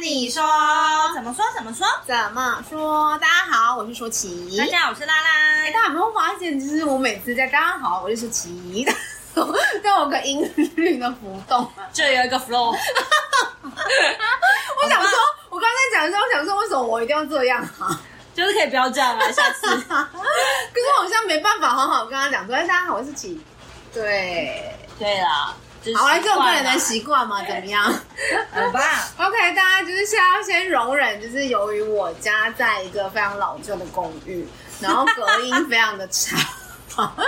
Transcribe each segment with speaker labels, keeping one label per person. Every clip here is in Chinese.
Speaker 1: 你说
Speaker 2: 怎么说怎么说？
Speaker 1: 怎么说？大家好，我是舒淇。
Speaker 2: 大家好，我是拉
Speaker 1: 哎，
Speaker 2: 拉。
Speaker 1: 大家有没有发现，就是我每次在大家好，我就说 齐，但我有个音律的浮动。
Speaker 2: 这有一个 flow，
Speaker 1: 我想说，我刚才讲的时候，我想说，为什么我一定要这样啊？
Speaker 2: 就是可以不要这样啊，下 次
Speaker 1: 可是我好像没办法好好跟他讲说，哎，大家好，我是齐。对，
Speaker 2: 对啦。就是
Speaker 1: 好了，这种个人的习
Speaker 2: 习
Speaker 1: 惯嘛，怎么样？
Speaker 2: 惯啦好吧？
Speaker 1: OK，大家就是现在要先容忍，就是由于我家在一个非常老旧的公寓，然后隔 音非常的差。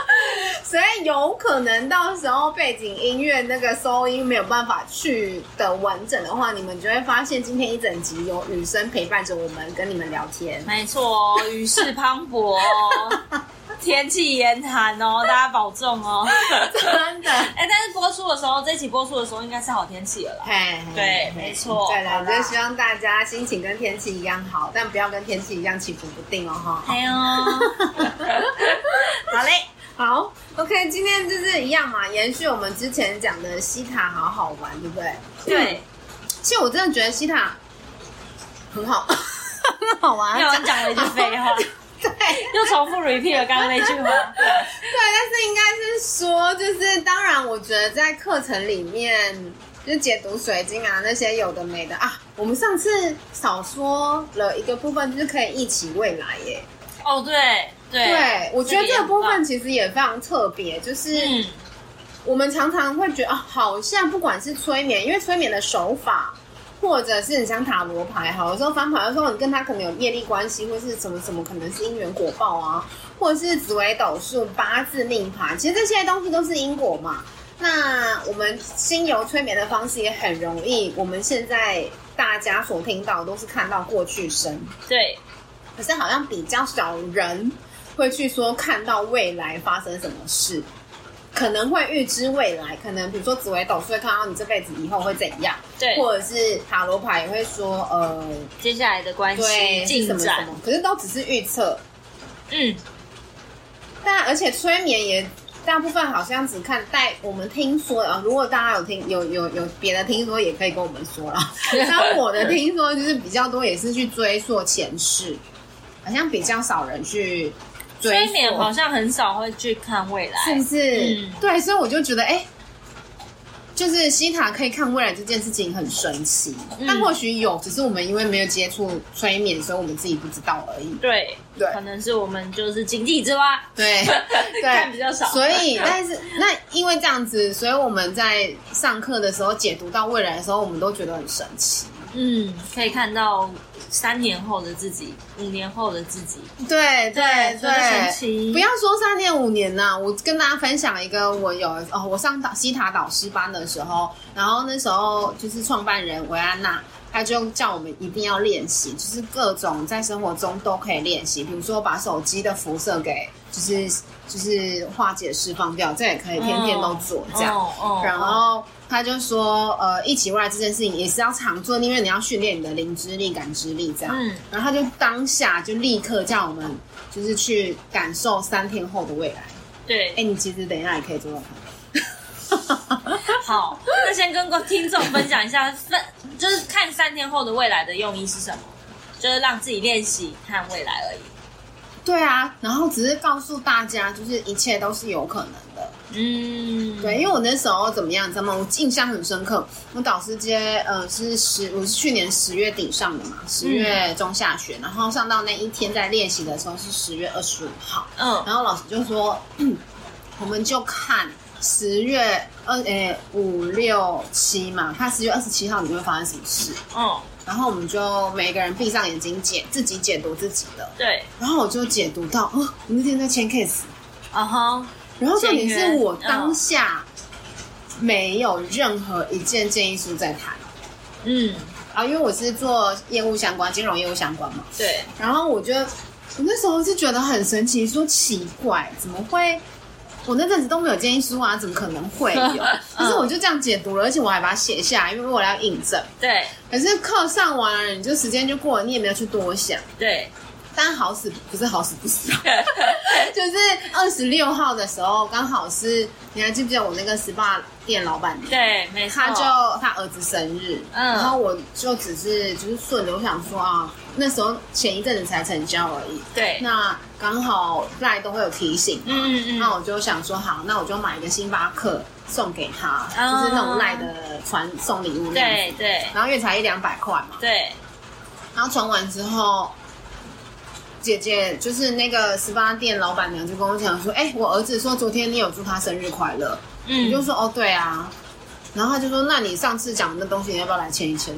Speaker 1: 所以有可能到时候背景音乐那个收音没有办法去的完整的话，你们就会发现今天一整集有雨声陪伴着我们，跟你们聊 天。
Speaker 2: 没错哦，雨势磅礴 哦，天气严寒哦，大家保重哦。
Speaker 1: 真的，
Speaker 2: 哎，但是播出的时候，这一期播出的时候应该是好天气了啦。
Speaker 1: 嘿，
Speaker 2: 对
Speaker 1: 嘿
Speaker 2: 没错
Speaker 1: 对
Speaker 2: 好
Speaker 1: 啦，
Speaker 2: 啦
Speaker 1: 就是希望大家心情跟天气一样好，但不要跟天气一样起伏不定哦，哈。
Speaker 2: 哎呦， 好嘞，
Speaker 1: 好，OK，今天就是一样嘛，延续我们之前讲的西塔好好玩，对不对？嗯
Speaker 2: 对，
Speaker 1: 其实我真的觉得西塔很好，很好 玩。
Speaker 2: 要啊讲了一句废话，
Speaker 1: 对对，
Speaker 2: 又重复 repeat 了刚刚那句话。
Speaker 1: 但是应该是说，就是当然，我觉得在课程里面，就是解读水晶啊那些有的没的啊，我们上次少说了一个部分，就是可以一起未来耶。
Speaker 2: 哦，对对
Speaker 1: 对，我觉得这个部分其
Speaker 2: 这
Speaker 1: 实也非常特别，就是。
Speaker 2: 个也很棒，嗯，
Speaker 1: 我们常常会觉得啊，好像不管是催眠，因为催眠的手法，或者是你像塔罗牌，好，有时候翻牌的时候你跟他可能有业力关系，或是什么什么，可能是因缘果报啊，或者是紫微斗数、八字命盘，其实这些东西都是因果嘛。那我们精油催眠的方式也很容易，我们现在大家所听到都是看到过去生，
Speaker 2: 对，
Speaker 1: 可是好像比较少人会去说看到未来发生什么事，可能会预知未来，可能比如说紫微斗数会看到你这辈子以后会怎样，
Speaker 2: 对
Speaker 1: 或者是塔罗牌也会说呃
Speaker 2: 接下来的关系
Speaker 1: 对
Speaker 2: 进
Speaker 1: 是什么什
Speaker 2: 展，
Speaker 1: 么，可是都只是预测，
Speaker 2: 嗯，
Speaker 1: 但而且催眠也大部分好像只看带我们听说啊，如果大家有听有有有别的听说，也可以跟我们说啦。像我的听说就是比较多，也是去追溯前世，好像比较少人去追
Speaker 2: 催
Speaker 1: 溯
Speaker 2: 眠好像很少会去看未来，
Speaker 1: 是不是？
Speaker 2: 嗯
Speaker 1: 对，所以我就觉得，哎、就是西塔可以看未来这件事情很神奇，
Speaker 2: 嗯
Speaker 1: 但或许有，只是我们因为没有接触催眠，所以我们自己不知道而已。
Speaker 2: 对
Speaker 1: 对
Speaker 2: 可能是我们就是井底之蛙，
Speaker 1: 对对，
Speaker 2: 看比较少
Speaker 1: 所以，但是那因为这样子，所以我们在上课的时候解读到未来的时候，我们都觉得很神奇。
Speaker 2: 嗯，可以看到三年后的自己，五年后的自己，
Speaker 1: 对
Speaker 2: 对
Speaker 1: 对
Speaker 2: 觉得神
Speaker 1: 对，
Speaker 2: 奇
Speaker 1: 不要说三年五年呐、我跟大家分享一个，我有哦，我上导西塔导师班的时候，然后那时候就是创办人维安娜。她就叫我们一定要练习，就是各种在生活中都可以练习，比如说把手机的辐射给就是就是化解释放掉，这也可以天天都做这样。
Speaker 2: 哦哦
Speaker 1: 然后他就说，呃，一起未来这件事情也是要常做，因为你要训练你的灵知力、感知力这样。
Speaker 2: 嗯
Speaker 1: 然后他就当下就立刻叫我们，就是去感受三天后的未来。哎，
Speaker 2: 对，
Speaker 1: 你其实等一下也可以做到它。
Speaker 2: 好，那先跟各位听众分享一下，分 就是看三天后的未来的用意是什么，就是让自己练习看未来而已，
Speaker 1: 对啊，然后只是告诉大家，就是一切都是有可能的。
Speaker 2: 嗯，
Speaker 1: 对，因为我那时候怎么样，你知道吗？我印象很深刻。我导师街，呃，是十，我是去年十月底上的嘛，十月中下旬，然后上到那一天在练习的时候是十月二十五号。
Speaker 2: 嗯，
Speaker 1: 然后老师就说， 嗯我们就看十月二诶五六七嘛，看十月二十七号你会发生什么事。
Speaker 2: 嗯，
Speaker 1: 然后我们就每个人闭上眼睛解自己解读自己的，
Speaker 2: 对，
Speaker 1: 然后我就解读到，哦，我那天在签 case，
Speaker 2: 啊哈，
Speaker 1: 然后重点
Speaker 2: 签约
Speaker 1: 是我
Speaker 2: 嗯
Speaker 1: 当下没有任何一件建议书在谈
Speaker 2: 嗯，
Speaker 1: 啊，因为我是做业务相关、金融业务相关嘛，
Speaker 2: 对，
Speaker 1: 然后我就，我那时候是觉得很神奇，说奇怪，怎么会？我那阵子都没有建议书啊，怎么可能会有
Speaker 2: 嗯？
Speaker 1: 可是我就这样解读了，而且我还把它写下来，因为我要印证。
Speaker 2: 对，
Speaker 1: 可是课上完了，你就时间就过了，你也没有去多想。
Speaker 2: 对，
Speaker 1: 但好死不是好死不死啊，就是二十六号的时候，刚好是你还记不记得我那个 SPA 店老板娘？
Speaker 2: 对，没错，
Speaker 1: 他就他儿子生日，
Speaker 2: 嗯
Speaker 1: 然后我就只是就是顺着，我想说啊，那时候前一阵子才成交而已，
Speaker 2: 对，
Speaker 1: 那刚好赖都会有提醒嘛，
Speaker 2: 嗯嗯
Speaker 1: 那
Speaker 2: 嗯，
Speaker 1: 我就想说好，那我就买一个星巴克送给他，
Speaker 2: 哦
Speaker 1: 就是那种赖的传送礼物那样
Speaker 2: 对
Speaker 1: 子，
Speaker 2: 对
Speaker 1: 然后月才一两百块嘛，
Speaker 2: 对，
Speaker 1: 然后传完之后。姐姐就是那个十八店老板娘，就跟我讲说：“哎、我儿子说昨天你有祝他生日快乐。”我就
Speaker 2: 嗯，
Speaker 1: 说哦，对啊。然后他就说，那你上次讲的那东西，你要不要来签一签？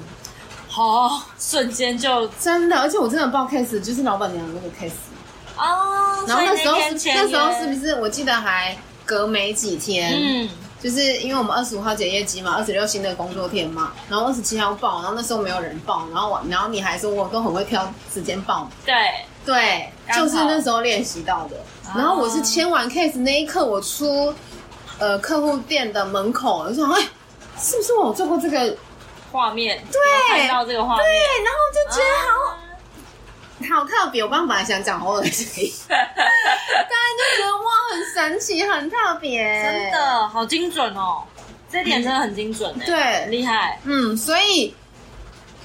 Speaker 2: 好，瞬间就
Speaker 1: 真的，而且我真的报 case，就是老板娘那个 case。
Speaker 2: 哦，
Speaker 1: 然后那时候
Speaker 2: 所以
Speaker 1: 是
Speaker 2: 天签约
Speaker 1: 那时候是不是我记得还隔没几天？
Speaker 2: 嗯，
Speaker 1: 就是因为我们二十五号结业绩嘛，二十六新的工作天嘛，然后二十七号报，然后那时候没有人报，然后我，然后你还说我都很会挑时间报，
Speaker 2: 对，
Speaker 1: 对，
Speaker 2: 刚好
Speaker 1: 就是那时候练习到的。然后我是签完 case 那一刻，我出呃客户店的门口，我就想，哎，是不是我有做过这个
Speaker 2: 画面，
Speaker 1: 对
Speaker 2: 有看到这个画面，
Speaker 1: 对，然后我就觉
Speaker 2: 啊
Speaker 1: 得好、好特别。我刚本来想讲好恶 心，但是就觉得哇，很神奇，很特别，
Speaker 2: 真。的好精准哦，这点真的很精准哎，
Speaker 1: 对
Speaker 2: 很厉害，
Speaker 1: 嗯，所以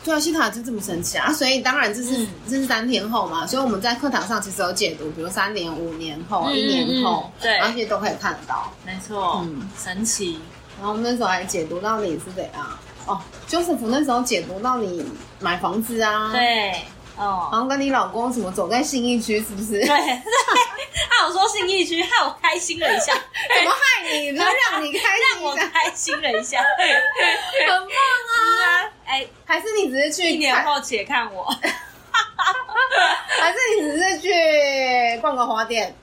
Speaker 1: 对啊，西塔就这么神奇啊！所以当然这是、
Speaker 2: 嗯
Speaker 1: 这是三天后嘛，所以我们在课堂上其实有解读，比如三年、五年后、
Speaker 2: 嗯
Speaker 1: 一年后
Speaker 2: 嗯，对
Speaker 1: 而且都可以看得到。
Speaker 2: 没错
Speaker 1: 嗯，
Speaker 2: 神奇，
Speaker 1: 然后我们那时候还解读到你是怎样哦，就是福那时候解读到你买房子啊，，
Speaker 2: 对，哦。
Speaker 1: 然后跟你老公什么走在信义区，是不是？
Speaker 2: 对 对，他有说信义区，害我开心了 一下，
Speaker 1: 怎么害你？不要让你开
Speaker 2: 让
Speaker 1: 心
Speaker 2: 我
Speaker 1: 一下。
Speaker 2: 开心了一下。
Speaker 1: 很棒啊！
Speaker 2: 啊，哎，
Speaker 1: 还是你只是去
Speaker 2: 一年
Speaker 1: 看，
Speaker 2: 后且看 我。
Speaker 1: 还是你只是去逛个花店？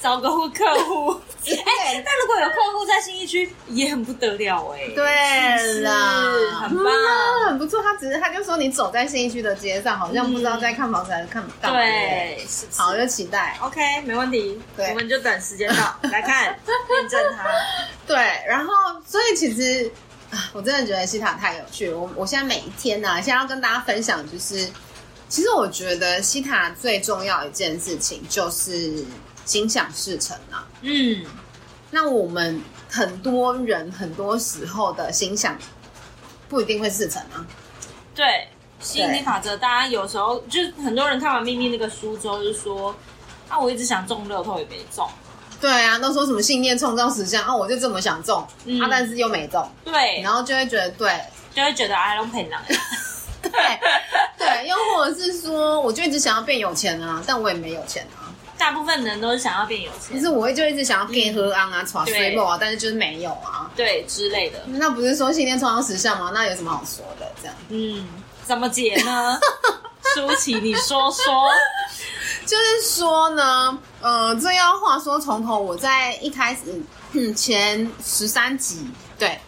Speaker 2: 找个客户。哎、
Speaker 1: 对
Speaker 2: 但如果有客户在新一区，也很不得了哎、
Speaker 1: 对
Speaker 2: 是
Speaker 1: 啦，
Speaker 2: 很棒
Speaker 1: 嗯很不错。他只是他就说你走在新一区的街上，好像不知道
Speaker 2: 嗯
Speaker 1: 在看房子还是看不到。
Speaker 2: 对，是不是
Speaker 1: 好，就期待。
Speaker 2: OK，没问题。
Speaker 1: 对
Speaker 2: 我们就等时间到 来看，验证它。
Speaker 1: 对，然后所以其实啊，我真的觉得西塔太有趣了。我我现在每一天呢、现在要跟大家分享就是，其实我觉得西塔最重要一件事情就是心想事成啊。
Speaker 2: 嗯，
Speaker 1: 那我们很多人很多时候的心想不一定会事成啊。
Speaker 2: 对，吸引力法则，大家有时候就是很多人看完《秘密》那个书之后，就说。啊，我一直想中乐透也没中。
Speaker 1: 对啊，都说什么信念创造实相啊，我就这么想中、
Speaker 2: 嗯
Speaker 1: 啊，但是又没中，
Speaker 2: 对，
Speaker 1: 然后就会觉得 对
Speaker 2: 就会觉得啊，龙很狼。
Speaker 1: 对对，又或者是说，我就一直想要变有钱啊，但我也没有钱啊。
Speaker 2: 大部分人都是想要变有
Speaker 1: 就
Speaker 2: 钱，
Speaker 1: 是我会就一直想要变喝安啊、耍水
Speaker 2: 对
Speaker 1: 某啊，但是就是没有啊。
Speaker 2: 对之类的。
Speaker 1: 那不是说信念创造实相吗？那有什么好说的？这样
Speaker 2: 嗯，怎么解 呢？舒淇，你说说。
Speaker 1: 就是说呢，呃，这要话说从头，我在一开始嗯前十三集，对，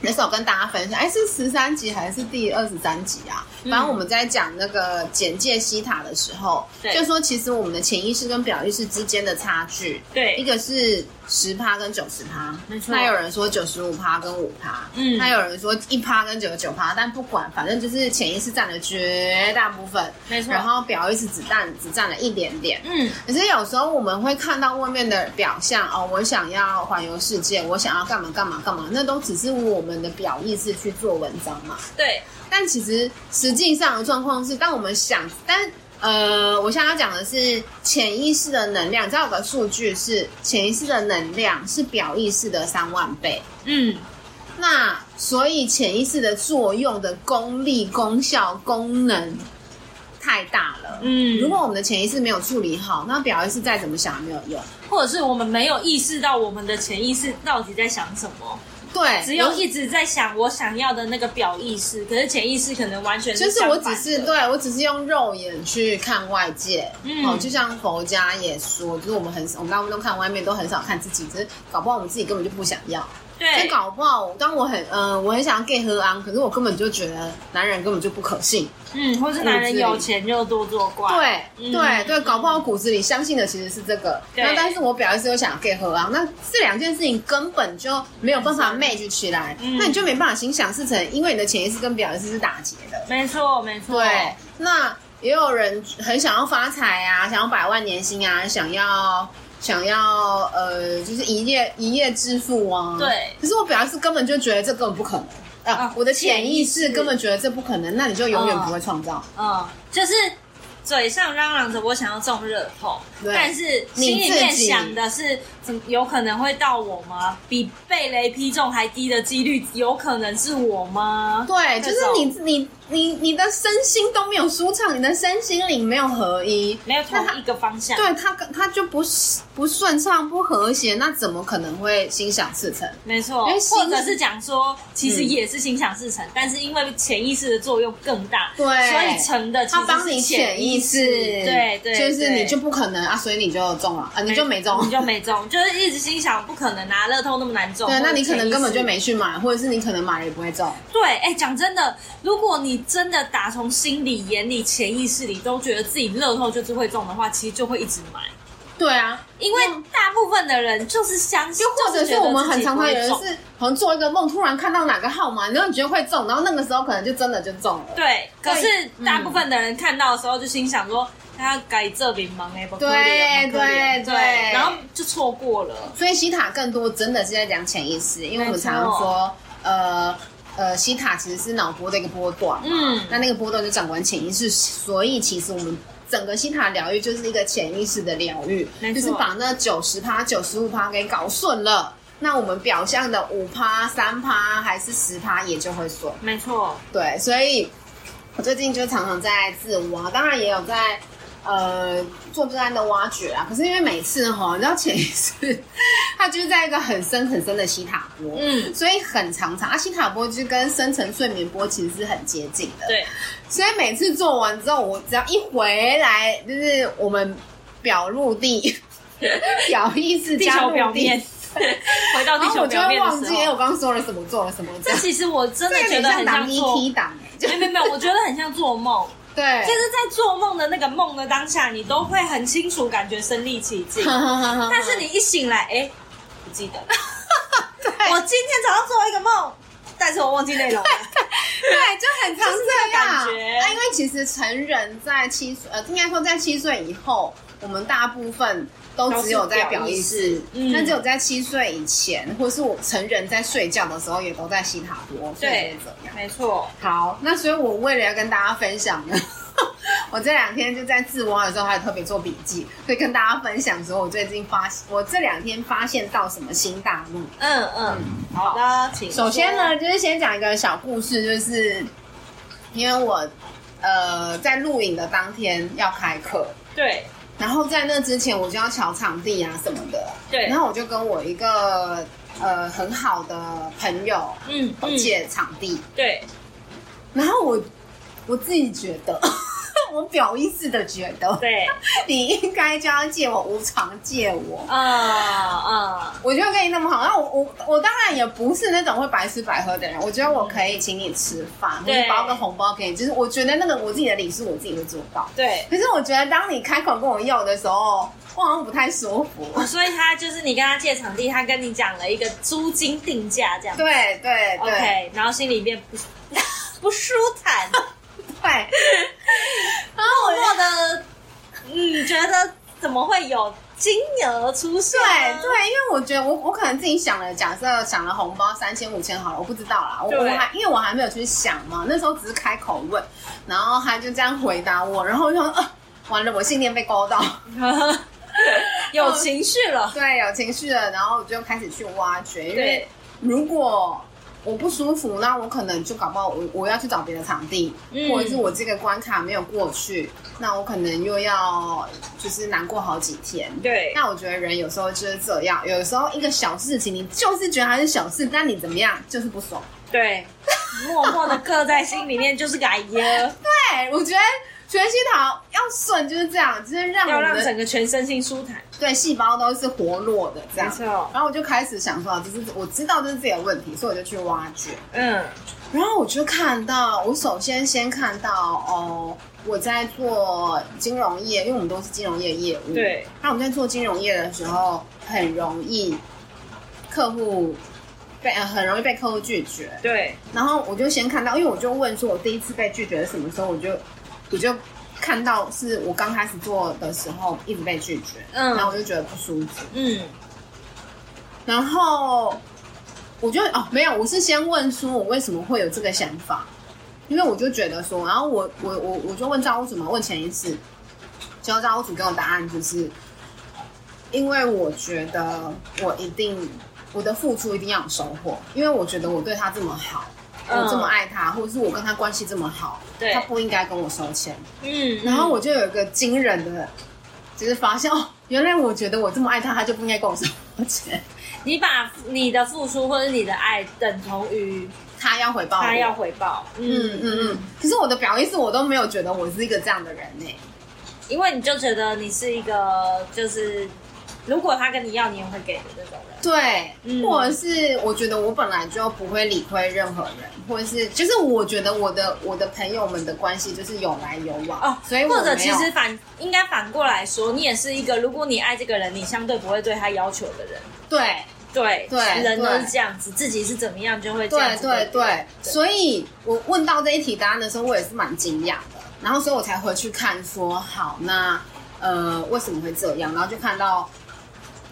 Speaker 1: 那时候跟大家分享，哎，是十三集还是第二十三集啊？
Speaker 2: 嗯
Speaker 1: 反正我们在讲那个简介西塔的时候，
Speaker 2: 对
Speaker 1: 就说其实我们的潜意识跟表意识之间的差距，
Speaker 2: 对
Speaker 1: 一个是十趴跟九十趴，
Speaker 2: 没错
Speaker 1: 那有人说九十五趴跟五趴，
Speaker 2: 嗯
Speaker 1: 那有人说一趴跟九十九趴，但不管，反正就是潜意识占了绝大部分，
Speaker 2: 没错
Speaker 1: 然后表意识只占只占了一点点，
Speaker 2: 嗯，
Speaker 1: 可是有时候我们会看到外面的表象哦，我想要环游世界，我想要干嘛干嘛干嘛，那都只是我们的表意识去做文章嘛。
Speaker 2: 对，
Speaker 1: 但其实实际上的状况是，当我们想，但呃，我现在要讲的是潜意识的能量。你知道有个数据是潜意识的能量是表意识的三万倍。
Speaker 2: 嗯，
Speaker 1: 那所以潜意识的作用的功力、功效、功能太大了。
Speaker 2: 嗯
Speaker 1: 如果我们的潜意识没有处理好，那表意识再怎么想也没有用。
Speaker 2: 或者是我们没有意识到我们的潜意识到底在想什么，
Speaker 1: 对，
Speaker 2: 只有一直在想我想要的那个表意识，可是潜意识可能完全
Speaker 1: 就是
Speaker 2: 相
Speaker 1: 我
Speaker 2: 反
Speaker 1: 只
Speaker 2: 的
Speaker 1: 是对我只是用肉眼去看外界，
Speaker 2: 嗯
Speaker 1: 哦，就像佛家也说，就是我们很我们大部分都看外面，都很少看自己，只是搞不好我们自己根本就不想要。所以
Speaker 2: 对
Speaker 1: 搞不好，当我很嗯、呃我很想要 gay 和安，可是我根本就觉得男人根本就不可信。
Speaker 2: 嗯，或是男人有钱就多作怪，
Speaker 1: 对、
Speaker 2: 嗯
Speaker 1: 对对，搞不好骨子里相信的其实是这个，
Speaker 2: 对
Speaker 1: 那但是我表意识又想 gay 和啊安，那这两件事情根本就没有办法 match 起来，
Speaker 2: 嗯
Speaker 1: 那你就没办法心想事成，因为你的潜意识跟表意识是打结的。
Speaker 2: 没错没错，
Speaker 1: 对，那也有人很想要发财啊，想要百万年薪啊，想要想要呃，就是一夜一夜致富啊。
Speaker 2: 对
Speaker 1: 可是我表达是根本就觉得这根本不可能。啊
Speaker 2: 啊，
Speaker 1: 我的潜意识
Speaker 2: 潜意识
Speaker 1: 根本觉得这不可能，那你就永远
Speaker 2: 嗯
Speaker 1: 不会创造。
Speaker 2: 嗯，就是嘴上嚷嚷着我想要中热透，
Speaker 1: 对
Speaker 2: 但是
Speaker 1: 你
Speaker 2: 心里
Speaker 1: 自己
Speaker 2: 面想的是怎么有可能会到我吗？比被雷劈中还低的几率，有可能是我吗？
Speaker 1: 对，就是
Speaker 2: 那种
Speaker 1: 你你你你的身心都没有舒畅，你的身心灵没有合一，
Speaker 2: 没有同
Speaker 1: 那他
Speaker 2: 一个方向。
Speaker 1: 对他跟他就不是不顺畅不和谐，那怎么可能会心想事成？
Speaker 2: 没错，
Speaker 1: 因为心嗯
Speaker 2: 或者是讲说，其实也是心想事成，但是因为潜意识的作用更大，
Speaker 1: 对
Speaker 2: 所以成的其
Speaker 1: 他
Speaker 2: 实是
Speaker 1: 帮你
Speaker 2: 潜
Speaker 1: 潜意识，
Speaker 2: 对对，
Speaker 1: 就是
Speaker 2: 对哎
Speaker 1: 你就不可能啊，所以你就中了啊，你就没中，
Speaker 2: 你就没中，就是一直心想不可能啊拿乐透那么难中，
Speaker 1: 对，
Speaker 2: 或者
Speaker 1: 那你可
Speaker 2: 潜
Speaker 1: 能
Speaker 2: 意
Speaker 1: 根本
Speaker 2: 识
Speaker 1: 就没去买，或者是你可能买了也不会中。
Speaker 2: 对，哎、讲真的，如果你真的打从心里、眼里、潜意识里都觉得自己乐透就是会中的话，其实就会一直买，
Speaker 1: 对啊，
Speaker 2: 因为大部分的人就是相信，
Speaker 1: 又或者
Speaker 2: 就是觉得
Speaker 1: 我们很
Speaker 2: 自己
Speaker 1: 常
Speaker 2: 不
Speaker 1: 常
Speaker 2: 会
Speaker 1: 有人
Speaker 2: 中
Speaker 1: 是好像做一个梦，突然看到哪个号码，然后你觉得会中，然后那个时候可能就真的就中了。
Speaker 2: 对，可是
Speaker 1: 嗯
Speaker 2: 大部分的人看到的时候就心想说，他改这饼忙哎，不可怜
Speaker 1: 对
Speaker 2: 不可
Speaker 1: 对
Speaker 2: 怜对
Speaker 1: 对
Speaker 2: 然后就错过了。
Speaker 1: 所以西塔更多真的是在讲潜意识，因为我们
Speaker 2: 没错
Speaker 1: 常常说，呃呃，西塔其实是脑波的一个波段嘛，
Speaker 2: 嗯
Speaker 1: 那那个波段就掌管潜意识，所以其实我们。整个西塔疗愈就是一个潜意识的疗愈
Speaker 2: 没，
Speaker 1: 就
Speaker 2: 错
Speaker 1: 是把那九十趴、九十五趴给搞顺了，那我们表象的五趴、三趴还是十趴也就会顺。
Speaker 2: 没错，
Speaker 1: 对，所以我最近就常常在自挖，当然也有在呃做个案的挖掘啊。可是因为每次哈，你知道潜意识，它就是在一个很深很深的西塔波，
Speaker 2: 嗯，
Speaker 1: 所以很常常啊，西塔波就跟深层睡眠波其实是很接近的。
Speaker 2: 对，
Speaker 1: 所以每次做完之后，我只要一回来，就是我们表陆 地、表意识
Speaker 2: 地
Speaker 1: 加
Speaker 2: 球
Speaker 1: 陆
Speaker 2: 表 面，回到地
Speaker 1: 然后
Speaker 2: 球
Speaker 1: 我就
Speaker 2: 表
Speaker 1: 会
Speaker 2: 面
Speaker 1: 忘
Speaker 2: 的时
Speaker 1: 记哎我
Speaker 2: 候，
Speaker 1: 刚刚说了什么，做了什么，这
Speaker 2: 这
Speaker 1: 样
Speaker 2: 其实我真的
Speaker 1: 这有
Speaker 2: 觉
Speaker 1: 点
Speaker 2: 得很
Speaker 1: 打
Speaker 2: 像做，
Speaker 1: ET 档，哎就
Speaker 2: 没有没有没有，我觉得很像做梦。
Speaker 1: 对，
Speaker 2: 就是在做梦的那个梦的当下，你都会很清楚感觉身临其 境，但
Speaker 1: 但
Speaker 2: 是你一醒来，哎、不记得了。
Speaker 1: 对
Speaker 2: 我今天早上做了一个梦，但是我忘记内 容了。
Speaker 1: 对就很常这样。
Speaker 2: 就是这个感觉
Speaker 1: 那因为其实成人在七岁，呃，应该说在七岁以后，我们大部分都只有在表意识
Speaker 2: 都是表意识，嗯
Speaker 1: 那只有在七岁以前，或是我成人在睡觉的时候，也都在西塔波，所以
Speaker 2: 对
Speaker 1: 就是这样。
Speaker 2: 没错，
Speaker 1: 好，那所以我为了要跟大家分享呢， 我这两天就在自挖的时候，还特别做笔记，会跟大家分享说我最近发，我这两天发现到什么新大陆。
Speaker 2: 嗯嗯，好的，请
Speaker 1: 首先
Speaker 2: 说
Speaker 1: 呢，，就是先讲一个小故事，就是因为我呃在录影的当天要开课，
Speaker 2: 对
Speaker 1: 然后在那之前我就要瞧场地啊什么的，
Speaker 2: 对
Speaker 1: 然，后我就跟我一个呃很好的朋友
Speaker 2: 嗯
Speaker 1: 借场地，
Speaker 2: 对，
Speaker 1: 然后我我自己觉得。 我表意识的觉得，
Speaker 2: 对，
Speaker 1: 你应该就要借我，无偿借我。
Speaker 2: 啊啊，
Speaker 1: 我觉得跟你那么好，那我我我当然也不是那种会白吃白喝的人。我觉得我可以请你吃饭，或
Speaker 2: 对
Speaker 1: 者包个红包给你，就是我觉得那个我自己的礼数我自己会做到。
Speaker 2: 对。
Speaker 1: 可是我觉得当你开口跟我要的时候，我好像不太舒服。
Speaker 2: 哦所以他就是你跟他借场地，他跟你讲了一个租金定价这样
Speaker 1: 对对对
Speaker 2: ，OK，然后心里面不不舒 坦，
Speaker 1: 对，然后我
Speaker 2: 默默的，嗯，觉得怎么会有金额出现呢？
Speaker 1: 对对，因为我觉得我我可能自己想了，假设想了红包三千五千好了，我不知道啦，我
Speaker 2: 对
Speaker 1: 我还因为我还没有去想嘛，那时候只是开口问，然后他就这样回答我，然后我就想说，呃，完了，我信念被勾到。
Speaker 2: 有情绪了，
Speaker 1: 对，有情绪了，然后我就开始去挖掘，因为
Speaker 2: 对
Speaker 1: 如果我不舒服，那我可能就搞不好我我要去找别的场地，
Speaker 2: 嗯
Speaker 1: 或者是我这个关卡没有过去，那我可能又要就是难过好几天。
Speaker 2: 对
Speaker 1: 那我觉得人有时候就是这样，有时候一个小事情，你就是觉得它是小事，但你怎么样就是不爽。
Speaker 2: 对，默默的刻在心里面就是改耶，
Speaker 1: 对，哎我觉得学习塔要顺就是这样，就是让
Speaker 2: 要
Speaker 1: 我
Speaker 2: 让
Speaker 1: 们的
Speaker 2: 整个全身心舒坦，
Speaker 1: 对细胞都是活络的这样。
Speaker 2: 没错
Speaker 1: 然后我就开始想说，就是我知道这是自己的问题，所以我就去挖掘。
Speaker 2: 嗯，
Speaker 1: 然后我就看到，我首先先看到哦，我在做金融业，因为我们都是金融业业务。。
Speaker 2: 对，
Speaker 1: 那我们在做金融业的时候，很容易客户被、呃、很容易被客户拒绝。
Speaker 2: 对，
Speaker 1: 然后我就先看到，因为我就问说，我第一次被拒绝是什么时候，我就我就看到是我刚开始做的时候一直被拒绝，
Speaker 2: 嗯
Speaker 1: 然后我就觉得不舒服，
Speaker 2: 嗯
Speaker 1: 然后我就哦没有，我是先问说我为什么会有这个想法，因为我就觉得说，然后我我我我就问照顾组嘛，问前一次，结果照顾组给我答案就是，因为我觉得我一定我的付出一定要有收获，因为我觉得我对他这么好。
Speaker 2: 嗯
Speaker 1: 我这么爱他，或者是我跟他关系这么好，
Speaker 2: 对
Speaker 1: 他不应该跟我收钱。
Speaker 2: 嗯，
Speaker 1: 然后我就有一个惊人的，就是发现哦，原来我觉得我这么爱他，他就不应该跟我收钱。
Speaker 2: 你把你的付出或者你的爱等同于
Speaker 1: 他要回报我，
Speaker 2: 他要回报，
Speaker 1: 嗯嗯嗯。可是我的表意是我都没有觉得我是一个这样的人欸呢、
Speaker 2: 因为你就觉得你是一个就是，如果他跟你要，你也会给的这种人。
Speaker 1: 对，
Speaker 2: 嗯
Speaker 1: 或者是我觉得我本来就不会理会任何人，或者是就是我觉得我的我的朋友们的关系就是有来有往，
Speaker 2: 哦，
Speaker 1: 所以我
Speaker 2: 或者
Speaker 1: 没
Speaker 2: 其
Speaker 1: 有
Speaker 2: 实反应该反过来说，你也是一个，如果你爱这个人，你相对不会对他要求的人。
Speaker 1: 对
Speaker 2: 对
Speaker 1: 对
Speaker 2: 人都
Speaker 1: 对
Speaker 2: 是这样子，自己是怎么样就会这样
Speaker 1: 对
Speaker 2: 子
Speaker 1: 对
Speaker 2: 对别人
Speaker 1: 对，所以我问到这一题答案的时候，我也是蛮惊讶的，然后所以我才回去看说，好，那呃为什么会这样？然后就看到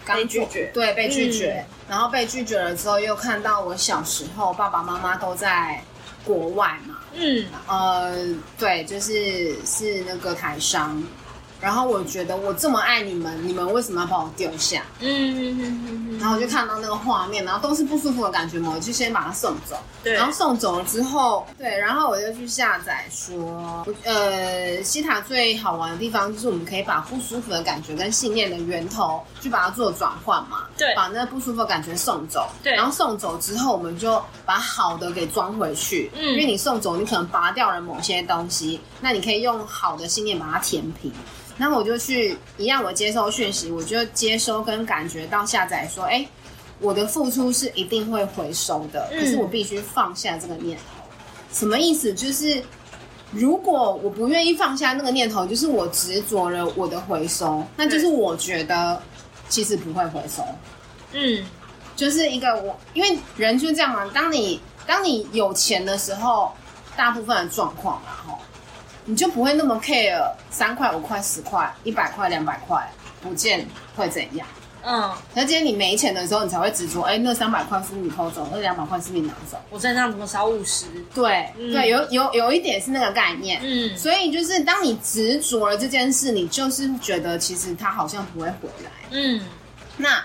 Speaker 1: 刚
Speaker 2: 被拒绝
Speaker 1: 对，被拒绝，嗯然后被拒绝了之后，又看到我小时候爸爸妈妈都在国外嘛，
Speaker 2: 嗯
Speaker 1: 呃，对，就是是那个台商，然后我觉得我这么爱你们，你们为什么要把我丢下？
Speaker 2: 嗯嗯嗯嗯
Speaker 1: 然后我就看到那个画面，然后都是不舒服的感觉嘛，我就先把它送走。
Speaker 2: 对
Speaker 1: 然后送走了之后，对，然后我就去下载说，呃，西塔最好玩的地方就是我们可以把不舒服的感觉跟信念的源头去把它做转换嘛，
Speaker 2: 对
Speaker 1: 把那不舒服的感觉送走，
Speaker 2: 对
Speaker 1: 然后送走之后，我们就把好的给装回去，
Speaker 2: 嗯
Speaker 1: 因为你送走，你可能拔掉了某些东西，那你可以用好的信念把它填平。然后我就去一样，我接收讯息，我就接收跟感觉到下载说，哎，我的付出是一定会回收的，
Speaker 2: 嗯
Speaker 1: 可是我必须放下这个念头。什么意思？就是如果我不愿意放下那个念头，就是我执着了我的回收，那就是我觉得其实不会回收，
Speaker 2: 嗯
Speaker 1: 就是一个我，因为人就这样嘛。当你当你有钱的时候，大部分的状况然后你就不会那么 care 三块、五块、十块、一百块、两百块不见会怎样。
Speaker 2: 嗯，
Speaker 1: 可是今天你没钱的时候，你才会执着，哎、那三百块是你偷走，那两百块是你拿走。
Speaker 2: 我身上怎么少五十？
Speaker 1: 对、
Speaker 2: 嗯
Speaker 1: 对，有有有一点是那个概念。
Speaker 2: 嗯
Speaker 1: 所以就是当你执着了这件事，你就是觉得其实它好像不会回来。
Speaker 2: 嗯
Speaker 1: 那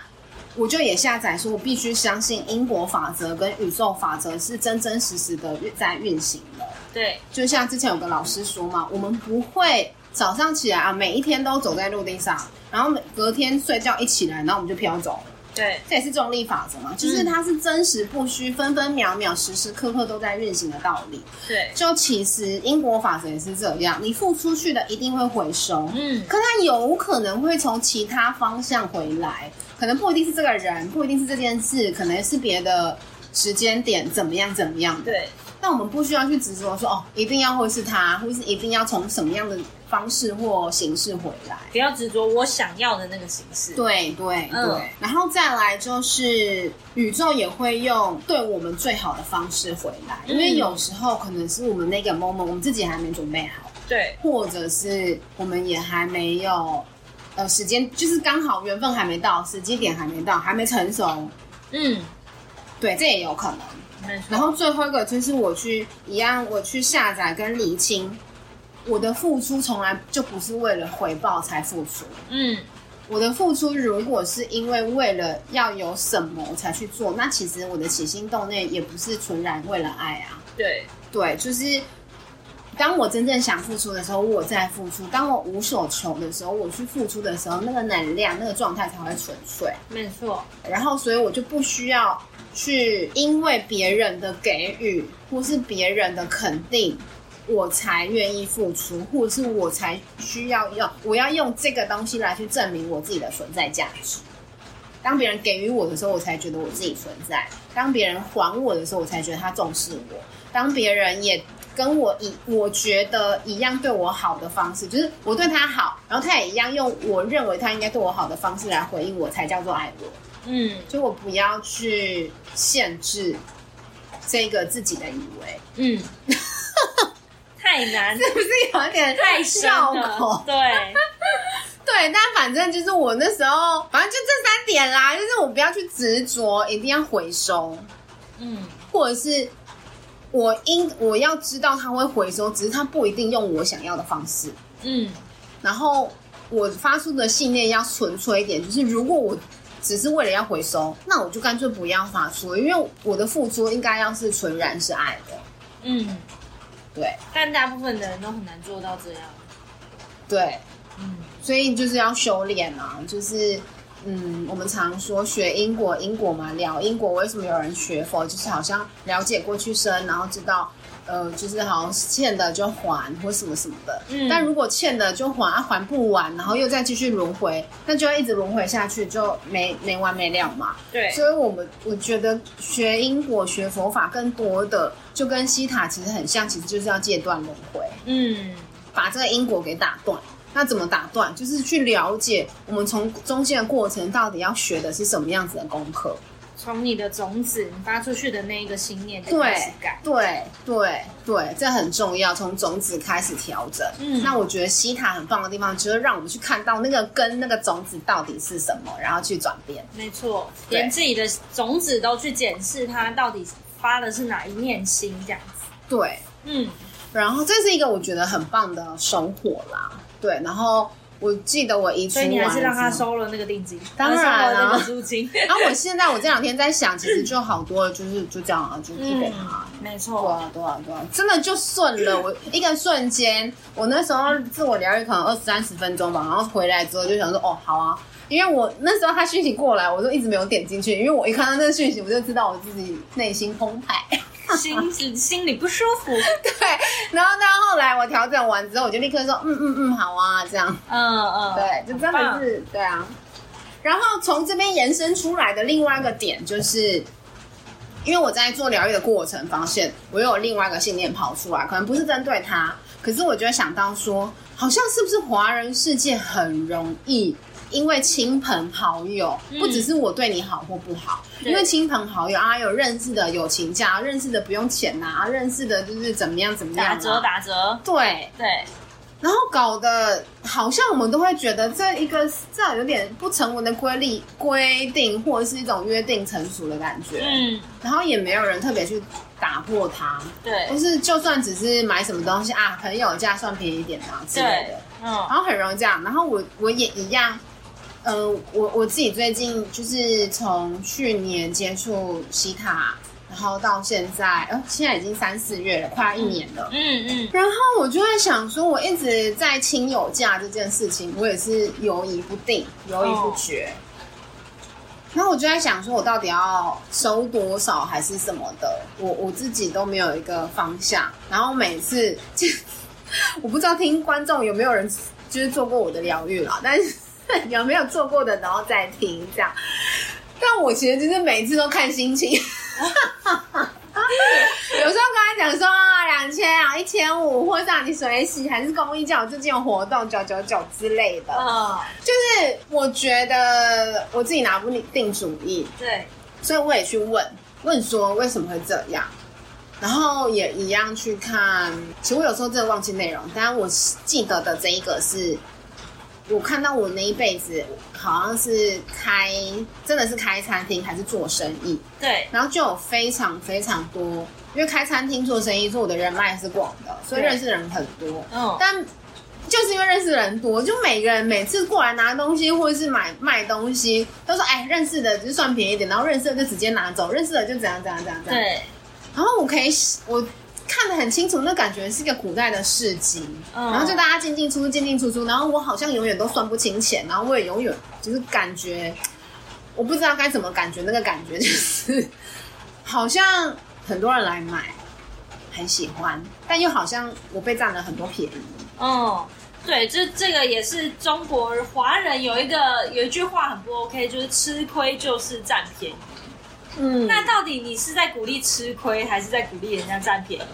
Speaker 1: 我就也下载说，我必须相信因果法则跟宇宙法则是真真实实的在运行的。
Speaker 2: 对，
Speaker 1: 就像之前有个老师说嘛，我们不会早上起来啊，每一天都走在陆地上，然后每隔天睡觉一起来，然后我们就飘走了。
Speaker 2: 对，
Speaker 1: 这也是重力法则嘛，就是它是真实不虚，分分秒秒、时时刻刻都在运行的道理。
Speaker 2: 对，
Speaker 1: 就其实因果法则也是这样，你付出去的一定会回收，
Speaker 2: 嗯
Speaker 1: 可它有可能会从其他方向回来，可能不一定是这个人，不一定是这件事，可能是别的时间点，怎么样怎么样的。
Speaker 2: 对，
Speaker 1: 但我们不需要去执着说哦，一定要会是他，或是一定要从什么样的方式或形式回来。
Speaker 2: 不要执着我想要的那个形式。
Speaker 1: 对对对、
Speaker 2: 嗯
Speaker 1: 然后再来就是宇宙也会用对我们最好的方式回来，因为
Speaker 2: 嗯
Speaker 1: 有时候可能是我们那个 moment 我们自己还没准备好，
Speaker 2: 对
Speaker 1: 或者是我们也还没有呃时间，就是刚好缘分还没到，时机点还没到，还没成熟，
Speaker 2: 嗯，
Speaker 1: 对，这也有可能。
Speaker 2: 没
Speaker 1: 然
Speaker 2: 错。
Speaker 1: 后最后一个就是我去一样，我去下载跟厘清，我的付出从来就不是为了回报才付出。
Speaker 2: 嗯
Speaker 1: 我的付出如果是因为为了要有什么我才去做，那其实我的起心动念也不是纯然为了爱啊。
Speaker 2: 对，
Speaker 1: 对，就是当我真正想付出的时候，我在付出；当我无所求的时候，我去付出的时候，那个能量、那个状态才会纯粹。
Speaker 2: 没错。
Speaker 1: 然后，所以我就不需要去因为别人的给予或是别人的肯定，我才愿意付出，或是我才需要用，我要用这个东西来去证明我自己的存在价值。当别人给予我的时候，我才觉得我自己存在；当别人还我的时候，我才觉得他重视我；当别人也跟我一我觉得一样对我好的方式，就是我对他好，然后他也一样用我认为他应该对我好的方式来回应我，才叫做爱我。
Speaker 2: 嗯
Speaker 1: 就我不要去限制这个自己的以为。
Speaker 2: 嗯，太 太难，
Speaker 1: 是不是有一点
Speaker 2: 太深
Speaker 1: 绕
Speaker 2: 了
Speaker 1: 口。？
Speaker 2: 对，
Speaker 1: 对，但反正就是我那时候，反正就这三点啦，就是我不要去执着，一定要回收，
Speaker 2: 嗯，
Speaker 1: 或者是我应我要知道它会回收，只是它不一定用我想要的方式。
Speaker 2: 嗯，
Speaker 1: 然后我发出的信念要纯粹一点，就是如果我只是为了要回收，那我就干脆不要发出，因为我的付出应该要是纯然是爱的。
Speaker 2: 嗯，
Speaker 1: 对
Speaker 2: 但大部分的人都很难做到这样。
Speaker 1: 对，
Speaker 2: 嗯
Speaker 1: 所以就是要修炼啊，就是嗯，我们常说学因果，因果嘛，聊因果为什么有人学佛，就是好像了解过去生，然后知道。呃，就是好像欠的就还或什么什么的，
Speaker 2: 嗯
Speaker 1: 但如果欠的就还，啊、还不完，然后又再继续轮回，那就要一直轮回下去，就没没完没了嘛。，
Speaker 2: 对，
Speaker 1: 所以我们我觉得学因果、学佛法更多的就跟西塔其实很像，其实就是要戒断轮回。
Speaker 2: 嗯
Speaker 1: 把这个因果给打断。那怎么打断？就是去了解我们从中间的过程到底要学的是什么样子的功课。
Speaker 2: 从你的种子，你发出去的那一个信念就开始
Speaker 1: 对
Speaker 2: 改。
Speaker 1: 对对对，这很重要，从种子开始调整。
Speaker 2: 嗯
Speaker 1: 那我觉得西塔很棒的地方，就是让我们去看到那个根、那个种子到底是什么，然后去转变。
Speaker 2: 没错，
Speaker 1: 对
Speaker 2: 连自己的种子都去检视它到底发的是哪一面心，这样子。
Speaker 1: 对，
Speaker 2: 嗯
Speaker 1: 然后这是一个我觉得很棒的收获啦。对，然后我记得我移出
Speaker 2: 所
Speaker 1: 完
Speaker 2: 以你还是让他
Speaker 1: 之后
Speaker 2: 收了那个定金，
Speaker 1: 当然
Speaker 2: 收
Speaker 1: 啊
Speaker 2: 了那个租金。
Speaker 1: 然后我现在我这两天在想，其实就好多了，就是就这样啊，就就给他啊。
Speaker 2: 没
Speaker 1: 对
Speaker 2: 错，
Speaker 1: 啊，对啊，对啊，真的就顺了。我一个瞬间，我那时候自我疗愈可能二三十分钟吧，然后回来之后就想说，哦，好啊，因为我那时候他讯息过来，我就一直没有点进去，因为我一看到那个讯息，我就知道我自己内心澎湃。
Speaker 2: 心心里不舒 服。
Speaker 1: 对，然后到后来我调整完之后，我就立刻说，嗯嗯嗯，好啊，这样。
Speaker 2: 嗯嗯，
Speaker 1: 对，就真
Speaker 2: 很
Speaker 1: 的
Speaker 2: 棒
Speaker 1: 是对啊。然后从这边延伸出来的另外一个点就是。因为我在做疗愈的过程，发现我又有另外一个信念跑出来，可能不是针对他，可是我就会想到说，好像是不是华人世界很容易因为亲朋好友，
Speaker 2: 嗯
Speaker 1: 不只是我对你好或不好，
Speaker 2: 对
Speaker 1: 因为亲朋好友啊，有认识的友情价，认识的不用钱呐、啊，认识的就是怎么样怎么样、啊，
Speaker 2: 打折打折。
Speaker 1: 对，
Speaker 2: 对，
Speaker 1: 然后搞得好像我们都会觉得这一个这有点不成文的规律规定，或者是一种约定成熟的感觉。
Speaker 2: 嗯，
Speaker 1: 然后也没有人特别去打破它，就
Speaker 2: 对
Speaker 1: 是就算只是买什么东西啊，朋友价算便宜一点啊之类
Speaker 2: 对
Speaker 1: 的，，
Speaker 2: 嗯
Speaker 1: 然后很容易这样。然后我我也一样，呃，我我自己最近就是从去年接触西塔，然后到现在，呃，现在已经三四月了，快要一年了。
Speaker 2: 嗯嗯，
Speaker 1: 然后我就在想说，我一直在亲友假这件事情，我也是犹疑不定、犹疑不决。然后我就在想说，我到底要收多少还是什么的，我我自己都没有一个方向。然后每次，就我不知道听观众有没有人就是做过我的疗愈啦，但是 有没有做过的，然后再听这样。但我其实就是每次都看心情。 有时候跟他讲说啊，两千啊，一千五，或者让你水洗，还是公益教最近有活动九九九之类的，
Speaker 2: 嗯，
Speaker 1: 就是我觉得我自己拿不定主意，
Speaker 2: 对，
Speaker 1: 所以我也去问问说为什么会这样，然后也一样去看。其实我有时候真的忘记内容，但我记得的这一个是，我看到我那一辈子好像是开，真的是开餐厅还是做生意，
Speaker 2: 对，
Speaker 1: 然后就有非常非常多，因为开餐厅做生意，所以我的人脉是广的，所以
Speaker 2: 对
Speaker 1: 认识的人很多。
Speaker 2: 嗯，
Speaker 1: 但就是因为认识的人多，就每个人每次过来拿东西或者是买卖东西，都说哎，认识的就算便宜一点，然后认识的就直接拿走，认识的就怎样怎样怎样怎样。
Speaker 2: 对，
Speaker 1: 然后我可以我看得很清楚，那感觉是一个古代的市集，
Speaker 2: 嗯
Speaker 1: 然后就大家进进出出进进出出，然后我好像永远都算不清钱，然后我也永远就是感觉，我不知道该怎么感觉，那个感觉就是 好像很多人来买，很喜欢，但又好像我被占了很多便宜。
Speaker 2: 嗯，对，这这个也是中国华人有一个有一句话很不 OK，就是吃亏就是占便宜。
Speaker 1: 嗯，
Speaker 2: 那到底你是在鼓励吃亏，还是在鼓励人家占便宜？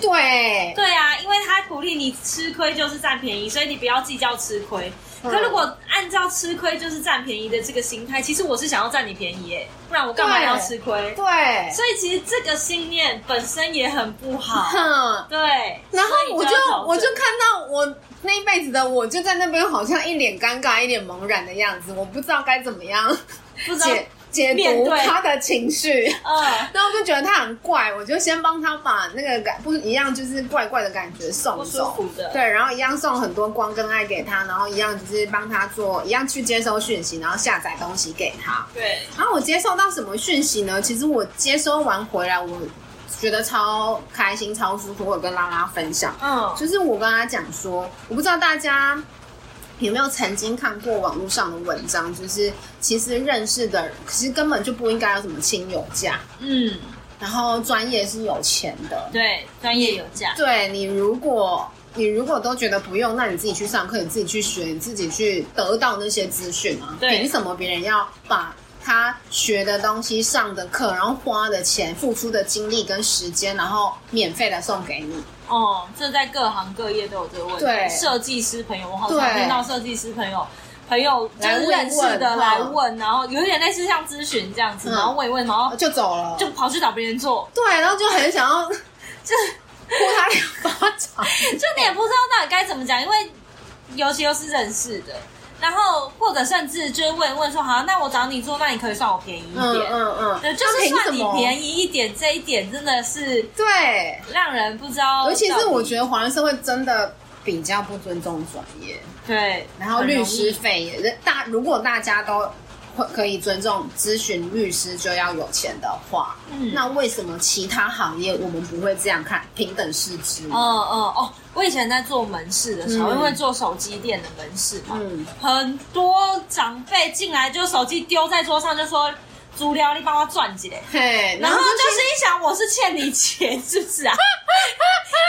Speaker 1: 对
Speaker 2: 对啊，因为他鼓励你吃亏就是占便宜，所以你不要计较吃亏。
Speaker 1: 嗯
Speaker 2: 可如果按照吃亏就是占便宜的这个心态，其实我是想要占你便宜耶，不然我干嘛
Speaker 1: 对
Speaker 2: 要吃亏？
Speaker 1: 对，
Speaker 2: 所以其实这个信念本身也很不好。
Speaker 1: 哼。
Speaker 2: 对，
Speaker 1: 然后
Speaker 2: 所以
Speaker 1: 我就
Speaker 2: 要调整
Speaker 1: 我就看到我那一辈子的我就在那边好像一脸尴尬、一脸茫然的样子，我不知道该怎么样
Speaker 2: 不知道，
Speaker 1: 解解
Speaker 2: 面
Speaker 1: 读
Speaker 2: 对
Speaker 1: 他的情绪。
Speaker 2: 呃，
Speaker 1: 然后我就觉得他很怪，我就先帮他把那个感不一样就是怪怪的感觉送
Speaker 2: 不舒
Speaker 1: 走
Speaker 2: 服，的
Speaker 1: 对，然后一样送很多光跟爱给他，然后一样就是帮他做一样去接收讯息，然后下载东西给他。
Speaker 2: 对，
Speaker 1: 然啊后我接收到什么讯息呢？其实我接收完回来，我觉得超开心、超舒服。我有跟拉拉分享，
Speaker 2: 嗯，
Speaker 1: 就是我跟他讲说，我不知道大家有没有曾经看过网络上的文章，就是其实认识的人，其实根本就不应该有什么亲友价，
Speaker 2: 嗯，
Speaker 1: 然后专业是有钱的。
Speaker 2: 对，专业有价，
Speaker 1: 对你如果你如果都觉得不用，那你自己去上课，你自己去学，你自己去得到那些资讯啊。
Speaker 2: 对
Speaker 1: 凭什么别人要把他学的东西、上的课，然后花的钱、付出的精力跟时间，然后免费的送给你？
Speaker 2: 哦，这在各行各业都有这个问题。
Speaker 1: 对
Speaker 2: 设计师朋友，我好常
Speaker 1: 对
Speaker 2: 听到设计师朋友。朋友就
Speaker 1: 来
Speaker 2: 是
Speaker 1: 问
Speaker 2: 认识的
Speaker 1: 问
Speaker 2: 来
Speaker 1: 嗯
Speaker 2: 问，然后有点类似像咨询这样子，
Speaker 1: 嗯
Speaker 2: 然后问一问，然后
Speaker 1: 就走了，
Speaker 2: 就跑去找别人做，
Speaker 1: 对，然后就很想 要就呼他两巴掌。
Speaker 2: 就你也不知道到底该怎么讲，因为尤其又是认识的，然后或者甚至就是问一问说，好，那我找你做，那你可以算我便宜一
Speaker 1: 嗯
Speaker 2: 点，
Speaker 1: 嗯嗯，
Speaker 2: 对，就
Speaker 1: 他
Speaker 2: 是
Speaker 1: 凭什
Speaker 2: 算你
Speaker 1: 么
Speaker 2: 便宜一点，这一点真的是
Speaker 1: 对，
Speaker 2: 让人不知哦道到底，
Speaker 1: 尤其是我觉得华人社会真的比较不尊重专业，
Speaker 2: 对，
Speaker 1: 然后
Speaker 2: 很容
Speaker 1: 律
Speaker 2: 易
Speaker 1: 师费也大，如果大家都会可以尊重咨询律师就要有钱的话，
Speaker 2: 嗯
Speaker 1: 那为什么其他行业我们不会这样看平等视之？
Speaker 2: 嗯嗯哦，我以前在做门市的时候，
Speaker 1: 嗯
Speaker 2: 因为做手机店的门市嘛，
Speaker 1: 嗯
Speaker 2: 很多长辈进来就手机丢在桌上，就说“足疗，你帮我赚几嘞
Speaker 1: 嘿，”，
Speaker 2: 然
Speaker 1: 然
Speaker 2: 后
Speaker 1: 后
Speaker 2: 就
Speaker 1: 就是
Speaker 2: 一想，我是欠你钱是不是啊？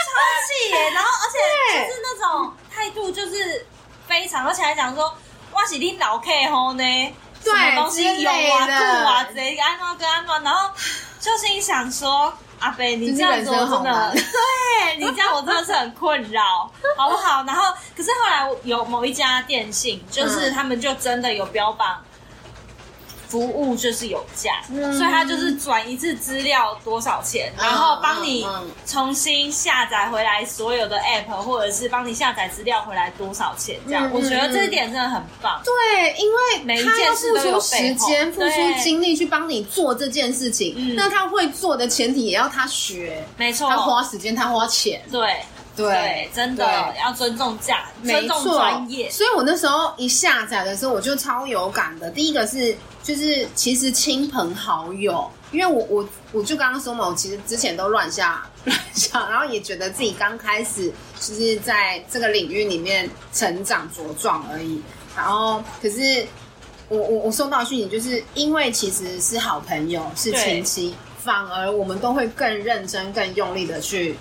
Speaker 2: 超气耶！ 然后而且
Speaker 1: 对
Speaker 2: 就是那种态度就是非常，而且还讲说“哇，是你老客户呢”，
Speaker 1: 对
Speaker 2: 什么东西有啊、
Speaker 1: 之类的
Speaker 2: 吐啊，谁安装跟安装，然后就心里想说。阿贝，你
Speaker 1: 就是
Speaker 2: 这样子我
Speaker 1: 人生
Speaker 2: 真
Speaker 1: 好难
Speaker 2: 的，对你这样我真的是很困扰，好不好？然后，可是后来我有某一家电信，就是
Speaker 1: 嗯
Speaker 2: 他们就真的有标榜服务就是有价，
Speaker 1: 嗯
Speaker 2: 所以他就是转一次资料多少钱，然后帮你
Speaker 1: 嗯嗯
Speaker 2: 重新下载回来所有的 app，或者是帮你下载资料回来多少钱，这样、
Speaker 1: 嗯
Speaker 2: 我觉得
Speaker 1: 嗯
Speaker 2: 这一点真的很棒。
Speaker 1: 对，因
Speaker 2: 每
Speaker 1: 为
Speaker 2: 一
Speaker 1: 他要
Speaker 2: 件事
Speaker 1: 付
Speaker 2: 都有
Speaker 1: 出
Speaker 2: 背
Speaker 1: 时
Speaker 2: 后
Speaker 1: 间、付
Speaker 2: 对
Speaker 1: 出精力去帮你做这件事情，
Speaker 2: 嗯哦
Speaker 1: 那他会做的前提也要他学，
Speaker 2: 没错
Speaker 1: 他，花时间，他花钱，
Speaker 2: 对
Speaker 1: 对，
Speaker 2: 真的
Speaker 1: 对
Speaker 2: 要尊重价，
Speaker 1: 没
Speaker 2: 尊重
Speaker 1: 错
Speaker 2: 专，业，
Speaker 1: 所以我那时候一下载的时候，我就超有感的。第一个是，就是其实亲朋好友，因为我我我就刚刚说嘛，我其实之前都乱下 乱下，然后也觉得自己刚开始就是在这个领域里面成长茁壮而已。然后可是我我我收到讯息，就是因为其实是好朋友是亲戚，反而我们都会更认真、更用力的去。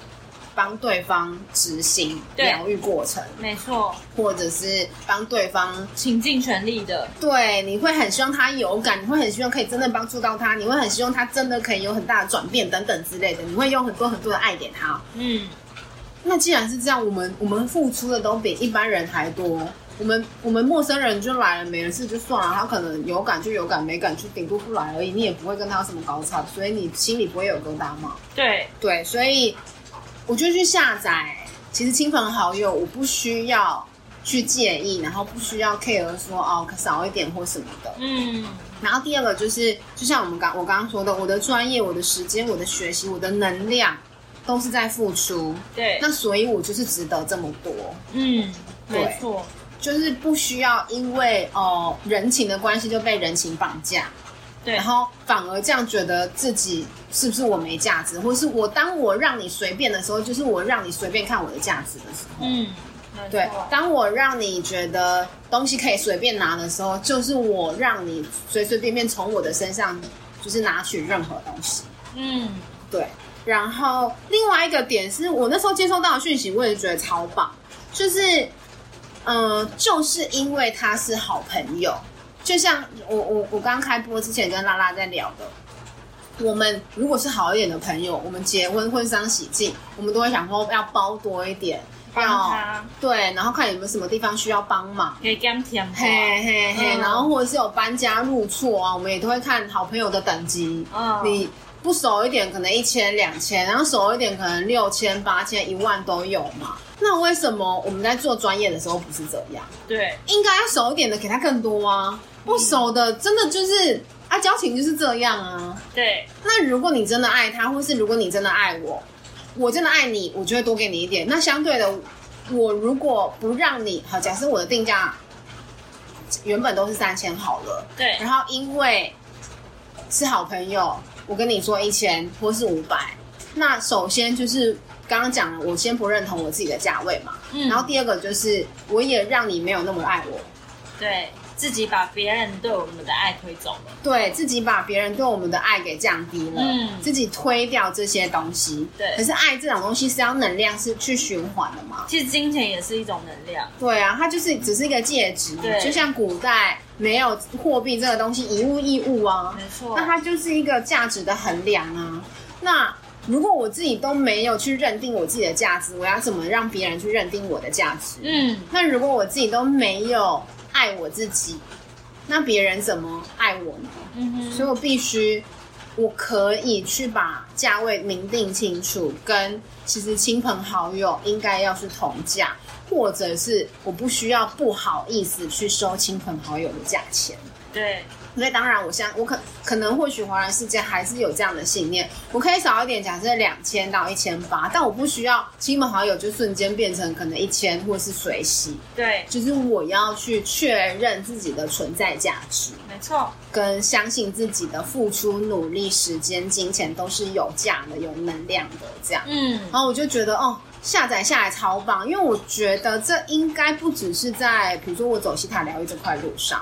Speaker 1: 帮对方执行
Speaker 2: 对
Speaker 1: 疗愈过程，
Speaker 2: 没错，
Speaker 1: 或者是帮对方，
Speaker 2: 请尽全力的，
Speaker 1: 对，你会很希望他有感，你会很希望可以真的帮助到他，你会很希望他真的可以有很大的转变等等之类的，你会用很多很多的爱给他。
Speaker 2: 嗯，
Speaker 1: 那既然是这样，我们我们付出的都比一般人还多。我们我们陌生人就来了，没人事就算了，他可能有感就有感，没感就顶多不来而已，你也不会跟他有什么高差，所以你心里不会有疙瘩嘛。
Speaker 2: 对，
Speaker 1: 对，所以我就去下载。其实亲朋好友，我不需要去介意，然后不需要 care 说哦少一点或什么的。
Speaker 2: 嗯，
Speaker 1: 然后第二个就是，就像我们刚我刚刚说的，我的专业、我的时间、我的学习、我的能量，都是在付出。
Speaker 2: 对，
Speaker 1: 那所以我就是值得这么多，
Speaker 2: 嗯，
Speaker 1: 对
Speaker 2: 没错，
Speaker 1: 就是不需要因为哦、人情的关系就被人情绑架。
Speaker 2: 对
Speaker 1: 然，后反而这样觉得自己是不是我没价值，或是我当我让你随便的时候，就是我让你随便看我的价值的时候。
Speaker 2: 嗯，没
Speaker 1: 对
Speaker 2: 错，
Speaker 1: 当我让你觉得东西可以随便拿的时候，就是我让你随随便便从我的身上就是拿取任何东西。
Speaker 2: 嗯，
Speaker 1: 对，然后另外一个点是我那时候接收到的讯息，我也觉得超棒，就是，呃，就是因为他是好朋友，就像我我我刚开播之前跟拉拉在聊的。我们如果是好一点的朋友，我们结婚婚丧喜庆，我们都会想说要包多一点，
Speaker 2: 帮他
Speaker 1: 对，然后看有没有什么地方需要帮忙。
Speaker 2: 给 g a m 甜
Speaker 1: 嘿嘿嘿，
Speaker 2: 嗯
Speaker 1: 然后或者是有搬家入错啊，我们也都会看好朋友的等级。
Speaker 2: 嗯
Speaker 1: 你不熟一点，可能一千、两千，然后熟一点，可能六千、八千、一万都有嘛。那为什么我们在做专业的时候不是这样？
Speaker 2: 对，
Speaker 1: 应该要熟一点的给他更多啊，不熟的真的就是啊，交情就是这样啊。
Speaker 2: 对，
Speaker 1: 那如果你真的爱他，或是如果你真的爱我，我真的爱你，我就会多给你一点。那相对的，我如果不让你好，假设我的定价原本都是三千好了，
Speaker 2: 对
Speaker 1: 然后因为是好朋友，我跟你说一千或是五百，那首先就是刚刚讲了，我先不认同我自己的价位嘛，
Speaker 2: 嗯
Speaker 1: 然后第二个就是我也让你没有那么爱我，
Speaker 2: 对，自己把别人对我们的爱推走了。
Speaker 1: 对自己把别人对我们的爱给降低了，
Speaker 2: 嗯
Speaker 1: 自己推掉这些东西。
Speaker 2: 对
Speaker 1: 可是爱这种东西是要能量是去循环的嘛？
Speaker 2: 其实金钱也是一种能量，
Speaker 1: 对啊，它就是只是一个介质嘛，
Speaker 2: 对
Speaker 1: 就像古代没有货币这个东西，以物易物啊，
Speaker 2: 没错
Speaker 1: 那它就是一个价值的衡量啊。那如果我自己都没有去认定我自己的价值，我要怎么让别人去认定我的价值？
Speaker 2: 嗯，
Speaker 1: 那如果我自己都没有爱我自己，那别人怎么爱我呢？
Speaker 2: 嗯哼，
Speaker 1: 所以我必须，我可以去把价位明定清楚，跟其实亲朋好友应该要是同价，或者是我不需要不好意思去收亲朋好友的价钱。
Speaker 2: 对，
Speaker 1: 所以当然，我现在我可可能或许华人世界还是有这样的信念，我可以少一点，假设两千到一千八，但我不需要亲朋好友就瞬间变成可能一千或是水洗，
Speaker 2: 对，
Speaker 1: 就是我要去确认自己的存在价值。
Speaker 2: 没错，
Speaker 1: 跟相信自己的付出、努力、时间、金钱都是有价的、有能量的这样。
Speaker 2: 嗯，
Speaker 1: 然后我就觉得哦，下载下来超棒，因为我觉得这应该不只是在比如说我走西塔疗愈这块路上，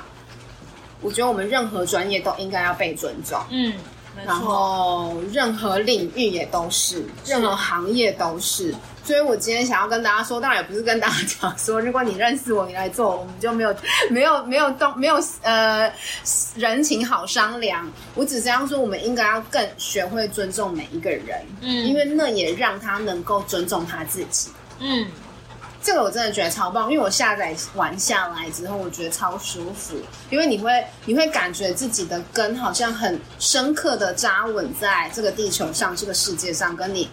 Speaker 1: 我觉得我们任何专业都应该要被尊重，
Speaker 2: 嗯，没
Speaker 1: 然
Speaker 2: 错，
Speaker 1: 后任何领域也都是，任何行业都是。所以我今天想要跟大家说，当然也不是跟大家讲说，如果你认识我，你来做，我们就没有 没有没有动没有呃人情好商量。我只是要说，我们应该要更学会尊重每一个人，
Speaker 2: 嗯
Speaker 1: 因为那也让他能够尊重他自己。
Speaker 2: 嗯，
Speaker 1: 这个我真的觉得超棒，因为我下载完下来之后，我觉得超舒服，因为你会你会感觉自己的根好像很深刻的扎稳在这个地球上、这个世界上，跟你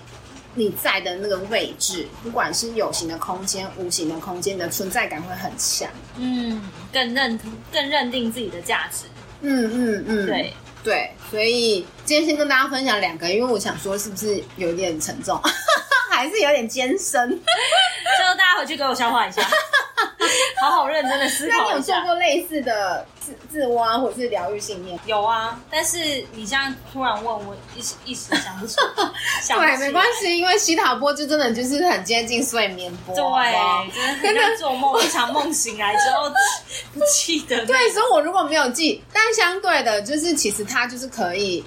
Speaker 1: 你在的那个位置，不管是有形的空间、无形的空间，你的存在感会很强。
Speaker 2: 嗯，更认同、更认定自己的价值，
Speaker 1: 嗯嗯嗯，
Speaker 2: 对，
Speaker 1: 对，所以今天先跟大家分享两个，因为我想说是不是有点沉重， 还是有点艰深。
Speaker 2: 就大家回去给我消化一 下，好好认真的思
Speaker 1: 那你
Speaker 2: 考
Speaker 1: 有
Speaker 2: 一
Speaker 1: 做
Speaker 2: 下。
Speaker 1: 过类似的自自挖或者是疗愈信念吗？
Speaker 2: 有啊，但是你这样突然问我，一时一时 想不出，想不
Speaker 1: 对，
Speaker 2: 起
Speaker 1: 没关系，因为洗塔波就真的就是很接近睡眠波，好不好
Speaker 2: 对，真的很像做梦，一场梦醒来之 后不记得那。
Speaker 1: 对，所以我如果没有记，但相对的，就是其实它就是可以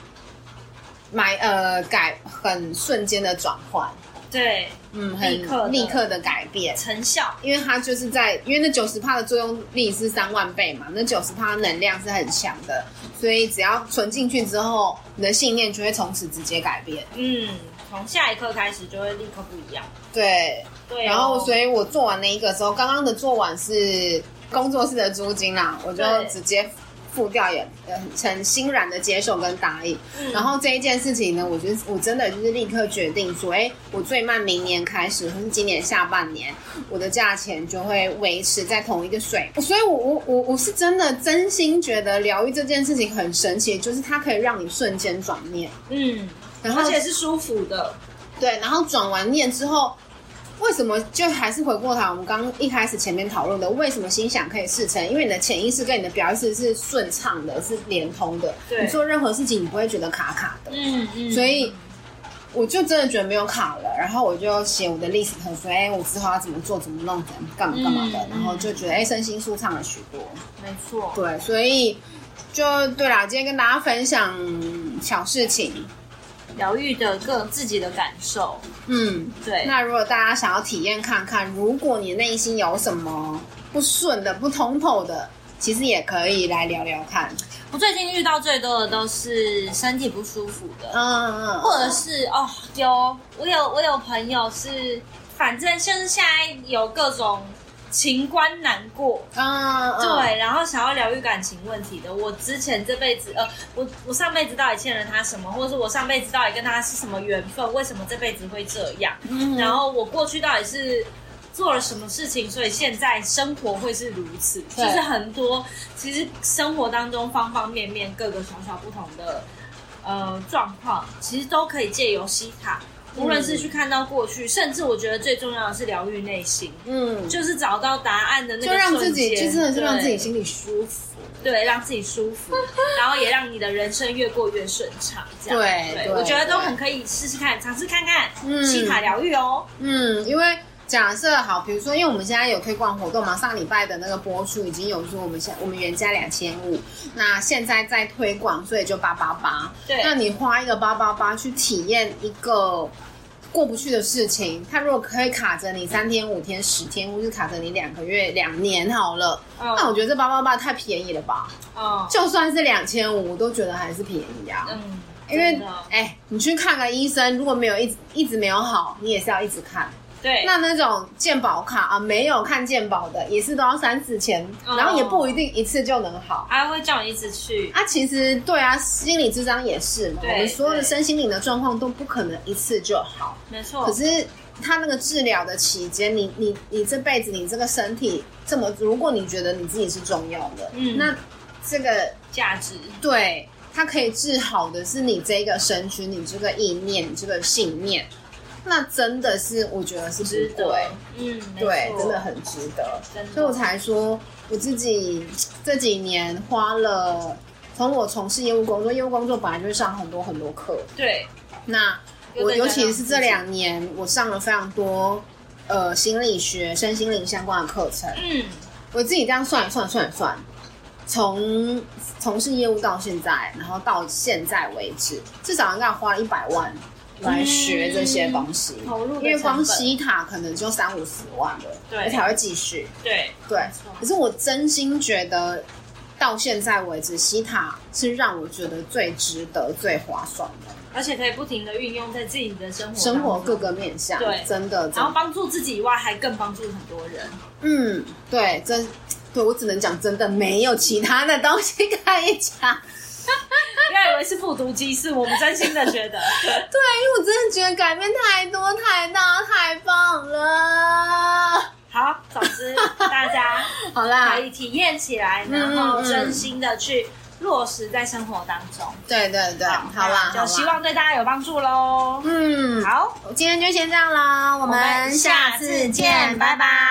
Speaker 1: 买呃改很瞬间的转换，
Speaker 2: 对，
Speaker 1: 嗯，很
Speaker 2: 立刻的
Speaker 1: 立刻的改变。
Speaker 2: 成效，
Speaker 1: 因为它就是在，因为那九十帕的作用力是三万倍嘛，那九十帕能量是很强的，所以只要存进去之后，你的信念就会从此直接改变。
Speaker 2: 嗯，从下一刻开始就会立刻不一样。
Speaker 1: 对，
Speaker 2: 对哦、
Speaker 1: 然后，所以我做完那一个之后，刚刚的做完是工作室的租金啦，我就
Speaker 2: 对
Speaker 1: 直接付掉也，呃很欣然的接受跟答应。
Speaker 2: 嗯
Speaker 1: 然后这一件事情呢，我觉得我真的就是立刻决定说，哎，我最慢明年开始，或是今年下半年，我的价钱就会维持在同一个水平。所以我，我我我是真的真心觉得疗愈这件事情很神奇，就是它可以让你瞬间转念，
Speaker 2: 嗯，
Speaker 1: 然后
Speaker 2: 而且是舒服的，
Speaker 1: 对，然后转完念之后，为什么就还是回过头来我们刚一开始前面讨论的，为什么心想可以事成？因为你的潜意识跟你的表意识是顺畅的，是连通的。
Speaker 2: 对
Speaker 1: 你做任何事情你不会觉得卡卡的。
Speaker 2: 嗯嗯，
Speaker 1: 所以我就真的觉得没有卡了，然后我就写我的 list，我说，哎、我之后要怎么做，怎么弄，怎么干嘛干嘛的，
Speaker 2: 嗯
Speaker 1: 然后就觉得，哎、身心舒畅了许多。
Speaker 2: 没错，
Speaker 1: 对，所以就对啦，今天跟大家分享小事情，
Speaker 2: 疗愈的个自己的感受，
Speaker 1: 嗯。
Speaker 2: 对，
Speaker 1: 那如果大家想要体验看看，如果你内心有什么不顺的、不通透的，其实也可以来聊聊看。
Speaker 2: 我最近遇到最多的都是身体不舒服的，
Speaker 1: 嗯嗯，
Speaker 2: 或者是哦，有我有我有朋友是反正就是现在有各种情关难过，
Speaker 1: 嗯，嗯，
Speaker 2: 对，然后想要疗愈感情问题的，我之前这辈子，呃，我我上辈子到底欠了他什么，或者是我上辈子到底跟他是什么缘分，为什么这辈子会这样？
Speaker 1: 嗯
Speaker 2: 然后我过去到底是做了什么事情，所以现在生活会是如此，
Speaker 1: 对
Speaker 2: 就是很多其实生活当中方方面面各个小小不同的呃状况，其实都可以借由西塔，无论是
Speaker 1: 嗯
Speaker 2: 去看到过去，甚至我觉得最重要的是疗愈内心。
Speaker 1: 嗯，
Speaker 2: 就是找到答案的那
Speaker 1: 就
Speaker 2: 个
Speaker 1: 让自
Speaker 2: 瞬
Speaker 1: 己，
Speaker 2: 间
Speaker 1: 就真的是让自己
Speaker 2: 对
Speaker 1: 心里舒服。
Speaker 2: 对，让自己舒服，然后也让你的人生越过越顺畅。这样
Speaker 1: 对对
Speaker 2: 我觉得都
Speaker 1: 对
Speaker 2: 很可以试试看，尝试看看，
Speaker 1: 嗯
Speaker 2: 西塔疗愈哦。
Speaker 1: 嗯，因为假设好，比如说，因为我们现在有推广活动嘛，上礼拜的那个播出已经有说我们现我们原价两千五，那现在在推广，所以就八八八。
Speaker 2: 对
Speaker 1: 那你花一个八八八去体验一个。过不去的事情，它如果可以卡着你三天、五天、十天，或是卡着你两个月、两年好了，
Speaker 2: 嗯
Speaker 1: 那我觉得这八八八太便宜了吧？
Speaker 2: 哦，
Speaker 1: 就算是两千五，我都觉得还是便宜啊。
Speaker 2: 嗯，
Speaker 1: 因为
Speaker 2: 真的
Speaker 1: 哎、你去看个医生，如果没有一直一直没有好，你也是要一直看。
Speaker 2: 对，
Speaker 1: 那那种健保卡啊，没有看健保的，也是都要三四千，
Speaker 2: 哦
Speaker 1: 然后也不一定一次就能好。
Speaker 2: 还会叫你一直去，
Speaker 1: 啊，其实对啊，心理智障也是嘛，我
Speaker 2: 对
Speaker 1: 们所有的
Speaker 2: 对
Speaker 1: 身心灵的状况都不可能一次就好。
Speaker 2: 没错
Speaker 1: 可。是他那个治疗的期间，你你你这辈子你这个身体这么，如果你觉得你自己是重要的，
Speaker 2: 嗯
Speaker 1: 那这个
Speaker 2: 价值，
Speaker 1: 对，它可以治好的是你这个身躯，你这个意念，你这个信念。那真的是，我觉得是不
Speaker 2: 值
Speaker 1: 对
Speaker 2: 得，嗯，没
Speaker 1: 对，
Speaker 2: 错
Speaker 1: 真的，很值得。
Speaker 2: 真的
Speaker 1: 所以我才说，我自己这几年花了，从我从事业务工作，业务工作本来就上很多很多课。
Speaker 2: 对，
Speaker 1: 那
Speaker 2: 又
Speaker 1: 我
Speaker 2: 在
Speaker 1: 尤
Speaker 2: 加
Speaker 1: 其
Speaker 2: 上
Speaker 1: 是
Speaker 2: 自
Speaker 1: 这
Speaker 2: 己
Speaker 1: 两年，我上了非常多呃心理学、身心灵相关的课程。
Speaker 2: 嗯，
Speaker 1: 我自己这样算一算算一算，从从事业务到现在，然后到现在为止，至少应该花了一百万来学这些东西，
Speaker 2: 嗯投入的
Speaker 1: 因为光
Speaker 2: 成本
Speaker 1: 西塔可能就三五十万了，
Speaker 2: 对
Speaker 1: 我才会继续。
Speaker 2: 对，
Speaker 1: 对
Speaker 2: 没错，
Speaker 1: 可是我真心觉得，到现在为止，西塔是让我觉得最值得、最划算的，
Speaker 2: 而且可以不停的运用在自己的生活当中
Speaker 1: 生活各，个面向，
Speaker 2: 对
Speaker 1: 真的，真
Speaker 2: 然后
Speaker 1: 的，
Speaker 2: 帮助自己以外，还更帮助很多人。
Speaker 1: 嗯，对，真。对，我只能讲真的，没有其他的东西可以讲。
Speaker 2: 不要以为是复读机，是我们真心的 觉得，
Speaker 1: 对，因为我真的觉得改变太多、太大、太棒了。
Speaker 2: 好，总之大 家
Speaker 1: 好啦
Speaker 2: 可，以体验起来，
Speaker 1: 啊嗯
Speaker 2: 然后真心的去落实在生活当中。
Speaker 1: 对对对，好啦，
Speaker 2: 就
Speaker 1: 好
Speaker 2: 希
Speaker 1: 啦，
Speaker 2: 望对大家有帮助喽。
Speaker 1: 嗯，
Speaker 2: 好，
Speaker 1: 今天就先这样啦，我
Speaker 2: 我
Speaker 1: 们
Speaker 2: 们
Speaker 1: 下
Speaker 2: 下
Speaker 1: 次
Speaker 2: 次
Speaker 1: 见，
Speaker 2: 见，
Speaker 1: 拜
Speaker 2: 拜
Speaker 1: 拜。